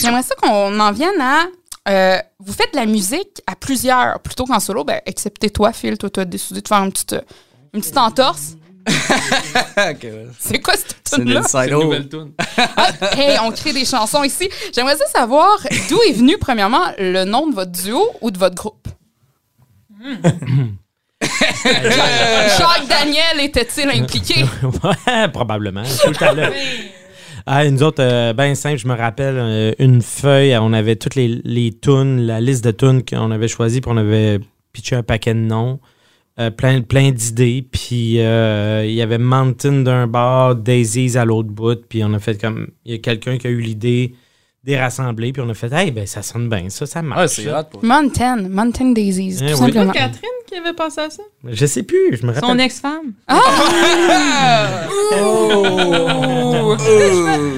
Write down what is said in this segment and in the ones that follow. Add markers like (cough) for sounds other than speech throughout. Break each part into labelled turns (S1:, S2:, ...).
S1: J'aimerais ça qu'on en vienne à. euh, vous faites de la musique à plusieurs plutôt qu'en solo, ben, excepté toi, Phil. Toi, tu as décidé de faire une petite, euh, une petite entorse. C'est quoi cette
S2: C'est une
S1: tune-là?
S2: inside
S3: une
S2: hole.
S3: nouvelle tune.
S1: (laughs) Hey, on crée des chansons ici. J'aimerais ça savoir d'où est venu, premièrement, le nom de votre duo ou de votre groupe.
S4: Hmm.
S1: (laughs) Jacques Daniel était-il
S4: (laughs)
S1: impliqué?
S4: Ouais, probablement. Tout le temps là. Ah, nous autres, euh, ben simple, je me rappelle euh, une feuille, euh, on avait toutes les, les tunes, la liste de tunes qu'on avait choisies, puis on avait pitché un paquet de noms, euh, plein, plein d'idées, puis euh, il y avait Mountain d'un bar, Daisies à l'autre bout, puis on a fait comme, il y a quelqu'un qui a eu l'idée de les rassembler, puis on a fait, hey, ben ça sonne bien, ça, ça marche.
S2: Ah, c'est
S4: ça.
S2: hot pour
S1: Mountain, Mountain Daisies,
S4: Eh
S1: tout
S4: oui.
S1: simplement.
S5: Catherine qui avait pensé à ça?
S4: Je sais plus, je me rappelle.
S5: Son ex-femme?
S1: Ah!
S4: (laughs)
S2: Oh!
S1: Ouh!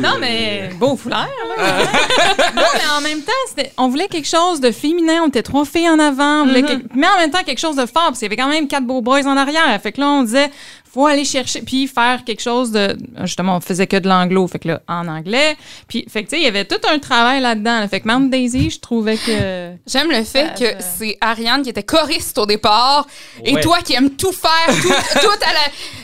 S5: Non, mais beau foulard, là. non, mais en même temps, c'était- on voulait quelque chose de féminin. On était trois filles en avant. on voulait quelque- Mais en même temps, quelque chose de fort. Parce qu'il y avait quand même quatre beaux boys en arrière. Fait que là, on disait, faut aller chercher, puis faire quelque chose de... Justement, on faisait que de l'anglo. Fait que là, en anglais. Puis, fait que, tu sais, il y avait tout un travail là-dedans. là. Fait que Mount Daisy, je trouvais que...
S1: J'aime le fait
S5: Ah,
S1: que
S5: ça.
S1: c'est Ariane qui était choriste au départ et
S4: Ouais.
S1: toi qui aimes tout faire, tout,
S2: (laughs)
S1: tout à la.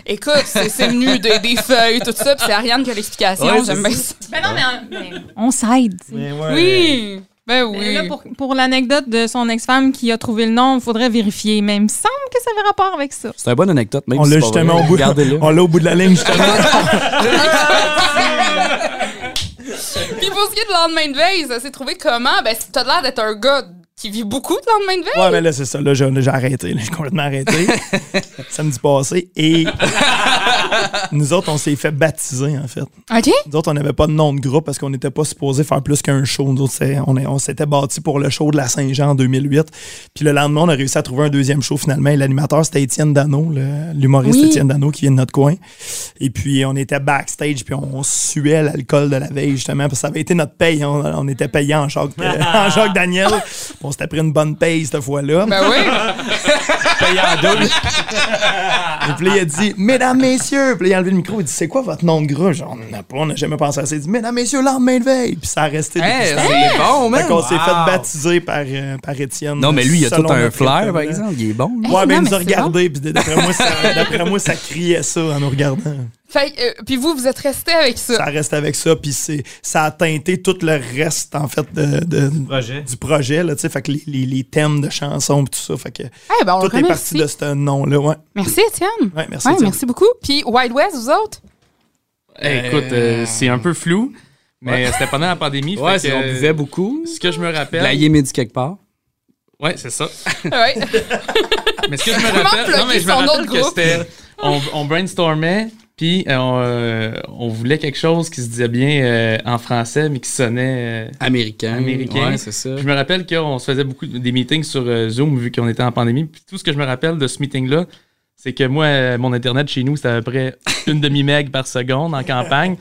S1: Écoute, c'est c'est venu des, des feuilles, tout ça, puis c'est Ariane qui a l'explication.
S2: Ouais,
S1: J'aime
S2: c'est
S1: bien ça.
S5: Ben non, mais, on s'aide. tu sais.
S4: Mais ouais.
S1: Oui! Ben oui.
S5: Et là, pour, pour l'anecdote de son ex-femme qui a trouvé le nom, il faudrait vérifier. Mais il me semble que ça avait rapport avec ça.
S2: C'est une bonne anecdote, même
S6: On
S2: si
S6: l'a
S2: c'est pas
S6: justement
S2: vrai.
S6: au bout.
S2: Regardez-le.
S6: On l'a Ah, au bout de la ligne, justement.
S1: (laughs) Puis pour ce qui est de lendemain de veille, ça s'est trouvé comment? Ben, t'as l'air d'être un gars qui vit beaucoup de lendemain de veille.
S6: Ouais, mais ben là, c'est ça. Là, j'ai j'ai arrêté. là. J'ai complètement arrêté. Samedi passé. Et nous autres, on s'est fait baptiser, en fait.
S1: OK.
S6: Nous autres, on n'avait pas de nom de groupe parce qu'on n'était pas supposé faire plus qu'un show. Nous autres, c'est- on est- on s'était bâti pour le show de la Saint-Jean en 2008. Puis le lendemain, on a réussi à trouver un deuxième show finalement. Et l'animateur, c'était Étienne Dano, le- l'humoriste
S1: Oui.
S6: Étienne Dano qui vient de notre coin. Et puis on était backstage, puis on suait l'alcool de la veille justement parce que ça avait été notre paye. On, on était payé en Jacques, euh, en Jacques Daniel. On s'était pris une bonne paye cette fois-là.
S1: Ben oui. (laughs)
S6: (laughs) Et puis là, il a dit Mesdames, messieurs. Puis là, il a enlevé le micro. Il dit C'est quoi votre nom de groupe Genre, on n'a pas, on n'a jamais pensé à ça. Il dit Mesdames, messieurs, lendemain de veille. Puis ça a resté. depuis
S2: Hey,
S6: ce temps-là.
S2: c'est bon,
S6: Fait
S2: man.
S6: qu'on s'est
S4: Wow.
S6: fait baptiser par, euh, par Étienne.
S2: Non, mais lui, il a
S6: selon
S2: tout un
S6: notre
S2: flair,
S6: époque,
S2: par
S6: là.
S2: exemple. Il est bon. lui.
S6: Ouais,
S1: non,
S6: mais
S1: mais
S6: il nous a
S1: c'est
S6: regardés, puis d'après moi, ça- d'après moi, ça criait ça en nous regardant.
S1: Fait, euh, puis vous, vous êtes resté avec
S6: Ça
S1: ça.
S6: reste avec ça, puis c'est- ça a teinté tout le reste, en fait, de- de-
S4: Projet.
S6: du projet, là, tu sais, fait que les, les- les thèmes de chansons, puis tout ça, fait que
S1: Eh ben, on
S6: tout est parti
S1: remercie.
S6: de ce nom-là, ouais.
S1: Merci, Étienne.
S6: Ouais, merci,
S1: Hmm. Ouais,
S6: Étienne.
S1: merci beaucoup. Puis Wild West, vous autres?
S3: Hey, écoute, euh, c'est un peu flou, mais c'était pendant la pandémie.
S2: Ouais,
S3: fait
S2: c'est-
S3: que,
S2: on buvait beaucoup.
S3: Ce que je me
S2: De
S3: rappelle.
S2: La Yémédi quelque part.
S3: Ouais, c'est ça.
S1: Ouais.
S3: Mais ce que je me
S1: (laughs) Comment
S3: rappelle, non, mais je
S1: plugger
S3: me
S1: son
S3: rappelle
S1: autre
S3: que
S1: groupe?
S3: c'était. On, on brainstormait, puis euh, on, euh, on voulait quelque chose qui se disait bien euh, en français, mais qui sonnait. euh,
S2: Américain.
S3: Américain.
S2: Ouais, c'est ça.
S3: je me rappelle qu'on se faisait beaucoup des meetings sur euh, Zoom vu qu'on était en pandémie. Puis tout ce que je me rappelle de ce meeting-là, c'est que moi, euh, mon Internet chez nous, c'était à peu près une demi-meg par seconde en
S1: (laughs)
S3: campagne.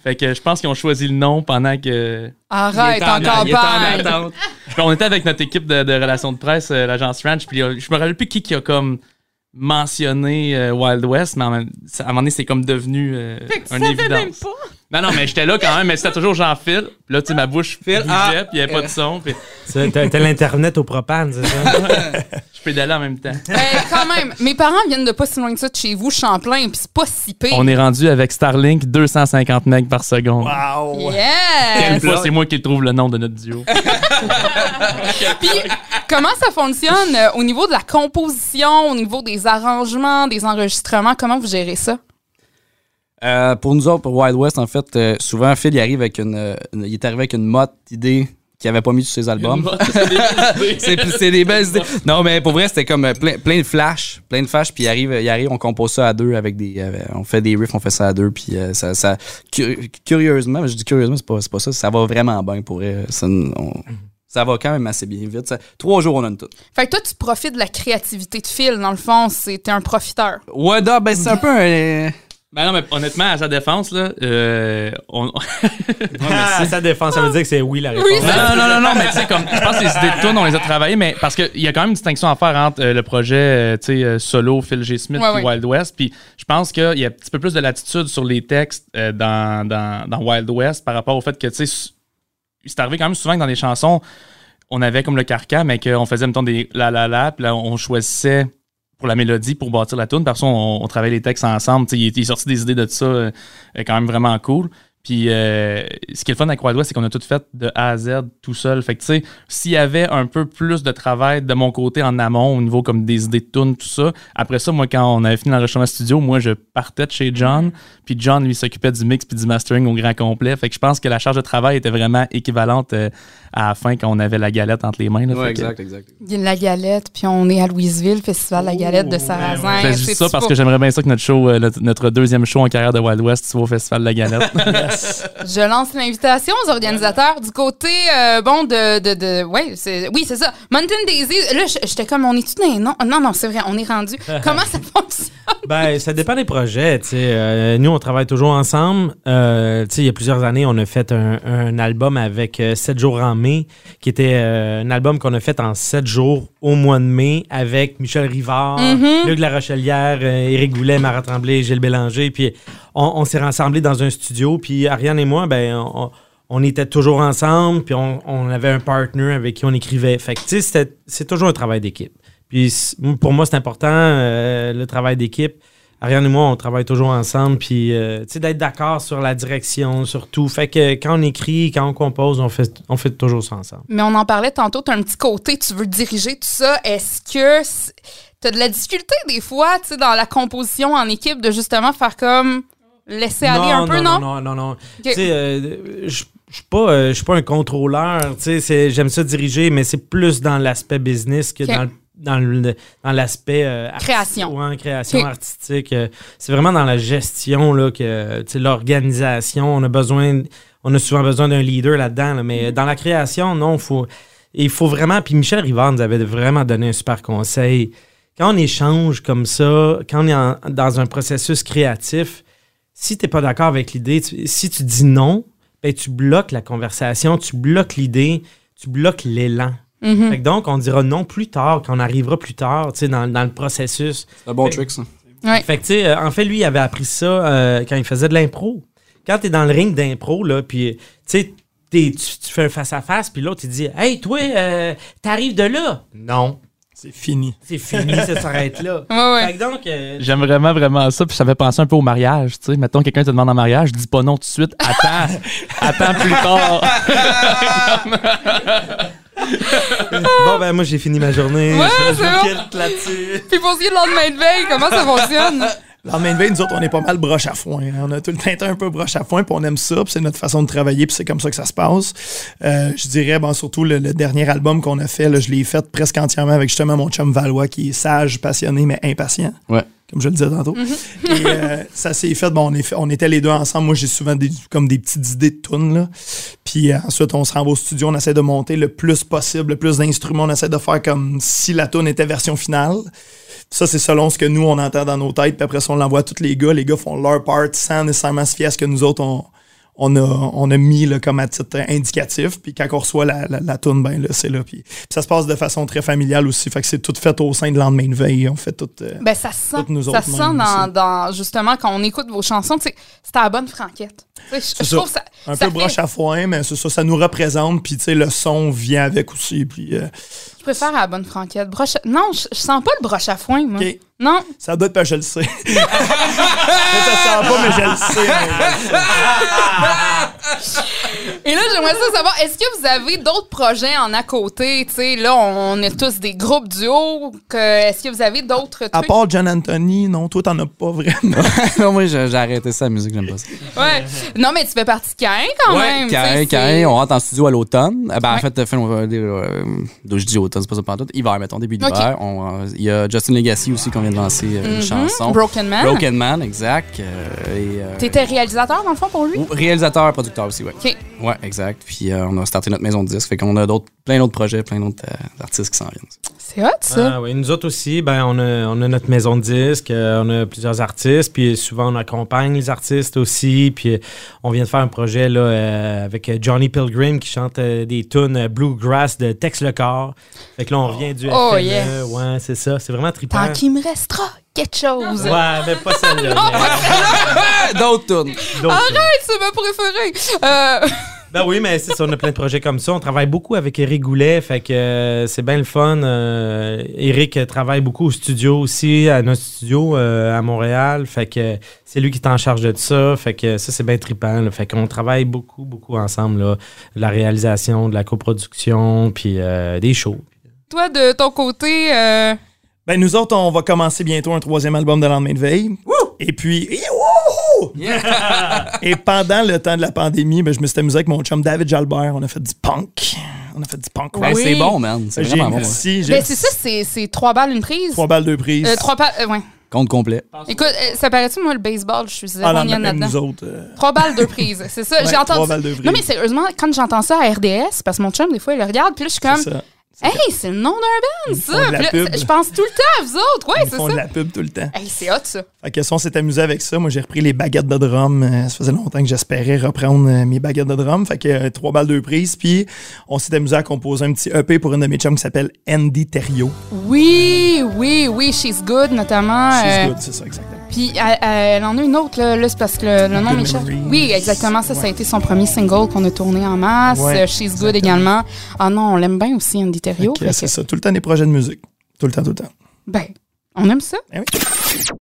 S3: Fait que je pense qu'ils ont choisi le nom pendant que.
S1: Arrête, en
S2: Il est en
S1: campagne.
S2: attente.
S3: Puis (laughs) on était avec notre équipe de, de relations de presse, euh, l'agence Ranch, puis euh, je me rappelle plus qui qui a comme mentionné euh, Wild West, mais en même- ça- à un moment donné, c'est comme devenu euh,
S5: Fait que tu
S3: un
S5: savais
S3: évidence.
S5: même pas.
S3: Non, non, mais j'étais là quand même, mais c'était toujours Jean-Phil. Puis là, tu sais, ma bouche
S2: Phil,
S3: bougeait,
S2: ah.
S3: puis il n'y avait pas de son,
S2: (laughs)
S3: puis
S4: Ça, T'as t'as l'Internet au propane, (laughs) c'est ça?
S3: je pédalais en même temps.
S1: Eh, quand même, mes parents viennent de pas si loin que ça de chez vous, Champlain, puis c'est pas si pire.
S3: On est rendu avec Starlink 250 megs par seconde.
S6: Wow!
S3: Une
S1: Yes!
S3: fois, c'est moi qui trouve le nom de
S2: (laughs)
S3: notre duo.
S1: Puis, comment ça fonctionne euh, au niveau de la composition, au niveau des arrangements, des enregistrements? Comment vous gérez ça?
S2: Euh, pour nous autres, pour Wild West, en fait, euh, souvent, Phil, il, arrive avec une, euh, une- il est arrivé avec une motte d'idées qu'il n'avait pas mis sur ses albums. c'est c'est des belles idées. Non, mais pour vrai, c'était comme euh, plein, plein de flash, plein de flash, puis il arrive, il arrive, on compose ça à deux avec des, euh, on fait des riffs, on fait ça à deux, puis euh, ça, ça- cu- curieusement, je dis curieusement, c'est pas, c'est pas ça, ça va vraiment bien pour vrai. euh, Ça, on- ça va quand même assez bien vite. Ça- trois jours, on a une toute.
S1: Fait que toi, tu profites de la créativité de Phil, dans le fond, c'est- t'es un profiteur.
S2: Ouais, non, ben c'est un peu un. euh,
S3: Ben non, mais honnêtement, à sa défense, là, euh, on,
S4: Ah, sa défense, ça veut dire que c'est oui la réponse.
S1: Oui,
S3: Non, non, non, non, non, mais tu sais, comme, je pense que les idées de tunes, on les a travaillées, mais parce qu'il y a quand même une distinction à faire entre euh, le projet, euh, tu sais, euh, solo, Phil G. Smith,
S1: Ouais,
S3: puis
S1: ouais.
S3: Wild West. Puis je pense qu'il y a un petit peu plus de latitude sur les textes euh, dans, dans, dans Wild West par rapport au fait que, tu sais, c'est arrivé quand même souvent que dans des chansons, on avait comme le carcan, mais qu'on faisait, mettons, des la la la, puis là, on choisissait pour la mélodie, pour bâtir la tune. Parce qu'on on travaillait les textes ensemble. Tu sais, Il est, il est sorti des idées de ça euh, euh, quand même vraiment cool. Puis euh, ce qui est le fun à Croix c'est qu'on a tout fait de A à Z tout seul. Fait que tu sais, s'il y avait un peu plus de travail de mon côté en amont, au niveau comme des idées de tunes, tout ça, après ça, moi, quand on avait fini l'enregistrement studio, moi, je partais de chez John. Puis John, lui, s'occupait du mix puis du mastering au grand complet. Fait que je pense que la charge de travail était vraiment équivalente euh, à la fin quand on avait la galette entre les mains. là. Fait que-
S2: Ouais, exact, exact.
S1: Il y a de la galette, puis on est à Louisville, festival de la galette
S3: Oh,
S1: de Sarrazin.
S3: Ben, Je dis
S1: C'est
S3: ça parce que j'aimerais bien ça que notre show, euh, notre- notre deuxième show en carrière de Wild West soit au Festival de la Galette.
S1: Je lance l'invitation aux organisateurs du côté, euh, bon, de. de, de ouais, c'est- oui, c'est ça. Mountain Daisy, là, j- j'étais comme, on est-tu dans les noms? Non, non, c'est vrai, on est rendu. Comment ça fonctionne?
S4: Ben, ça dépend des projets. tu sais. Euh, nous, on travaille toujours ensemble. Euh, tu sais, il y a plusieurs années, on a fait un, un album avec 7 jours en mai, qui était euh, un album qu'on a fait en 7 jours au mois de mai avec Michel Rivard, Luc La Rochelière, euh, Éric Goulet, Marat Tremblay, Gilles Bélanger. Puis on, on s'est rassemblés dans un studio. Puis Ariane et moi, ben, on, on était toujours ensemble. Puis on, on avait un partner avec qui on écrivait. Fait que, tu sais, c'était- c'est toujours un travail d'équipe. Puis c- pour moi, c'est important, euh, le travail d'équipe. Ariane et moi, on travaille toujours ensemble. Puis, euh, tu sais, d'être d'accord sur la direction, sur tout. Fait que quand on écrit, quand on compose, on fait, on fait toujours ça ensemble.
S1: Mais on en parlait tantôt, t'as un petit côté, tu veux diriger tout ça. Est-ce que c'est- t'as de la difficulté des fois, tu sais, dans la composition en équipe, de justement faire comme laisser aller un peu, non?
S4: non? Non, non, non. Tu sais, euh, je je suis pas, euh, je suis pas un contrôleur. Tu sais, c'est- j'aime ça diriger, mais c'est plus dans l'aspect business que
S1: Ok.
S4: dans le- dans le- dans l'aspect euh, arti-
S1: Création.
S4: ouais, création
S1: Ok.
S4: artistique. Euh, C'est vraiment dans la gestion là, que euh, tu sais, l'organisation, on a besoin, on a souvent besoin d'un leader là-dedans, là,
S1: Mhm.
S4: mais euh, dans la création, non, faut, il faut vraiment. Puis Michel Rivard nous avait vraiment donné un super conseil. Quand on échange comme ça, quand on est en- dans un processus créatif, si tu n'es pas d'accord avec l'idée, tu- si tu dis non, ben, tu bloques la conversation, tu bloques l'idée, tu bloques l'élan.
S1: Mhm.
S4: Fait que donc, on dira non plus tard, qu'on arrivera plus tard, tu sais, dans, dans le processus.
S2: C'est un bon trick, ça.
S4: Fait que, tu sais, euh, en fait, lui, il avait appris ça euh, quand il faisait de l'impro. Quand t'es dans le ring d'impro, là, puis, euh, tu sais, t'es- tu, tu fais un face-à-face, puis l'autre, il dit « Hey, toi, euh, t'arrives de là? » Non.
S6: C'est fini.
S4: C'est fini, ça s'arrête là.
S1: Ouais, (laughs) ouais.
S4: Fait que donc... euh,
S3: (laughs) J'aime vraiment, vraiment ça. Puis ça fait penser un peu au mariage. Tu sais, mettons, quelqu'un te demande en mariage, dis pas non tout de suite. Attends, attends plus tard.
S4: bon, ben, moi, j'ai fini ma journée.
S1: Ouais,
S4: je je
S1: c'est
S4: vous
S1: bon.
S4: quitte là-dessus.
S1: Puis pour ce qui est de lendemain de veille, comment ça fonctionne?
S6: Le lendemain de veille, nous autres, on est pas mal broche à foin. hein. On a tout le temps été un peu broche à foin, puis on aime ça, puis c'est notre façon de travailler, puis c'est comme ça que ça se passe. Euh, je dirais, bon, surtout le, le dernier album qu'on a fait, là, je l'ai fait presque entièrement avec justement mon chum Valois, qui est sage, passionné, mais impatient.
S2: Ouais.
S6: Comme je le disais tantôt. Et euh, (laughs) ça s'est fait, bon, on, est fait- on était les deux ensemble. Moi, j'ai souvent des, comme des petites idées de tunes, là. Puis euh, ensuite, on se rend au studio, on essaie de monter le plus possible, le plus d'instruments. On essaie de faire comme si la tune était version finale. Ça, c'est selon ce que nous, on entend dans nos têtes. Puis après ça, on l'envoie à tous les gars. Les gars font leur part sans nécessairement se fier à ce que nous autres, on, on, a, on a mis là, comme à titre indicatif. Puis quand on reçoit la, la, la toune, ben là, c'est là. Puis, puis ça se passe de façon très familiale aussi. Fait que c'est tout fait au sein de lendemain de veille. On fait tout... euh,
S1: Ben, ça se sent,
S6: Toutes nous
S1: ça
S6: autres
S1: se sent
S6: mêmes
S1: dans,
S6: aussi.
S1: dans- justement, quand on écoute vos chansons, tu sais, c'est à la bonne franquette. Tu sais, Je, je
S6: ça.
S1: trouve ça.
S6: un
S1: ça
S6: peu
S1: fait-
S6: broche à foin, mais c'est ça, ça nous représente. Puis tu sais, le son vient avec aussi. Puis euh,
S1: Je préfère à la bonne franquette. Broche à- Non, je, je sens pas le broche à foin, moi.
S6: OK.
S1: Non,
S6: ça doit être pas, je le sais. (laughs) Mais ça se sent pas, mais je le sais. mais-
S1: Et là, j'aimerais ça savoir, est-ce que vous avez d'autres projets en à côté? Tu sais, là, on est tous des groupes duo. que- Est-ce que vous avez d'autres
S6: À
S1: trucs?
S6: part John Anthony, non, toi, t'en as pas vraiment.
S2: non, (laughs) moi, j'ai j'ai arrêté ça, la musique, j'aime pas ça.
S1: Ouais. Non, mais tu fais partie de Caen quand même. tu sais,
S2: Carré,
S1: c'est-
S2: carré, on rentre en studio à l'automne. Eh Ben, En
S1: Ouais.
S2: fait, euh, fin, on va dire, euh, je dis automne, c'est pas ça pendant tout. Hiver, mettons, début d'hiver. On, euh, Il y a Justin Legacy aussi qu'on vient de lancer euh, une chanson.
S1: Mm-hmm. Mhm. Broken Man.
S2: Broken Man, exact. Euh, et, euh,
S1: T'étais réalisateur, dans le fond, pour lui?
S2: ou réalisateur, producteur aussi, ouais.
S1: OK.
S2: Ouais, exact. Puis euh, on a starté notre maison de disques. Fait qu'on a d'autres, plein d'autres projets, plein d'autres euh, artistes qui s'en viennent.
S1: C'est hot, ça.
S4: Ah oui, nous autres aussi, ben, on, a, on a notre maison de disques, euh, on a plusieurs artistes, puis souvent on accompagne les artistes aussi. Puis euh, on vient de faire un projet là, euh, avec euh, Johnny Pilgrim qui chante euh, des tunes euh, bluegrass de Tex Le Corps. Fait que là, on revient du
S1: Oh,
S4: FNE.
S1: yes.
S4: Ouais, c'est ça. C'est vraiment trippant.
S1: Tant qu'il me restera quelque chose.
S4: Ouais, mais pas
S1: (laughs)
S4: celle-là. mais
S1: Ah,
S2: D'autres tournes.
S4: d'autres.
S1: Arrête, c'est ma préférée. Euh, (laughs)
S4: Ben oui, mais c'est ça, on a plein de projets comme ça. On travaille beaucoup avec Eric Goulet, fait que euh, c'est bien le fun. Euh, Eric travaille beaucoup au studio aussi, à notre studio euh, à Montréal, fait que c'est lui qui est en charge de ça, fait que ça c'est bien trippant. là. Fait qu'on travaille beaucoup, beaucoup ensemble, là, de la réalisation, de la coproduction, puis euh, des shows.
S1: Toi, de ton côté, euh,
S6: Ben, nous autres, on va commencer bientôt un troisième album de lendemain de veille. Et puis, Youhou! (laughs) et pendant le temps de la pandémie, ben, je me suis amusé avec mon chum David Jalbert. On a fait du punk. On a fait du punk rock.
S2: Ben,
S1: Oui.
S2: C'est bon, man. C'est
S6: J'ai
S2: vraiment bon. hein.
S6: merci. j'ai
S1: ben c'est ça, c'est c'est trois balles une prise.
S6: trois balles de prise.
S1: Euh, trois balles, euh, ouais.
S2: Compte complet.
S1: Écoute, euh, ça paraît-tu, moi, le baseball, je suis zéro
S6: Ah, non,
S1: mignonne
S6: même
S1: là-dedans.
S6: nous autres. euh,
S1: Trois balles, deux prises. C'est ça.
S6: Ouais,
S1: j'ai entendu.
S6: trois balles, deux
S1: Non,
S6: prises.
S1: mais sérieusement, quand j'entends ça à RDS, parce que mon chum, des fois, il le regarde, puis là, je suis
S6: c'est
S1: comme,
S6: ça.
S1: hey, c'est le nom d'un band,
S6: font
S1: ça.
S6: de la
S1: Puis là,
S6: pub.
S1: je pense tout le temps à vous autres. Ouais,
S6: Ils
S1: c'est
S6: font de
S1: ça.
S6: la pub tout le temps.
S1: Hey, c'est hot, ça.
S6: Fait que si on s'est amusé avec ça, moi j'ai repris les baguettes de drum. Euh, ça faisait longtemps que j'espérais reprendre euh, mes baguettes de drum. Fait que euh, trois balles deux prises. Puis on s'est amusé à composer un petit EP pour une de mes chums qui s'appelle Andy Terrio.
S1: Oui, oui, oui, She's Good, notamment.
S6: She's
S1: euh,
S6: good, c'est ça, exactement.
S1: Puis elle, elle en a une autre, là, là, c'est parce que le, le nom
S6: Good
S1: m'échappe.
S6: Memories.
S1: Oui, exactement, ça, ça a
S6: Ouais.
S1: été son premier single qu'on a tourné en masse.
S6: Ouais,
S1: Euh, She's Good également. Ah non, on l'aime bien aussi, Andy Terrio.
S6: Fait que,
S1: fait
S6: c'est
S1: que-
S6: ça, tout le temps des projets de musique. Tout le temps, tout le temps.
S1: Ben, on aime ça.
S6: Eh oui.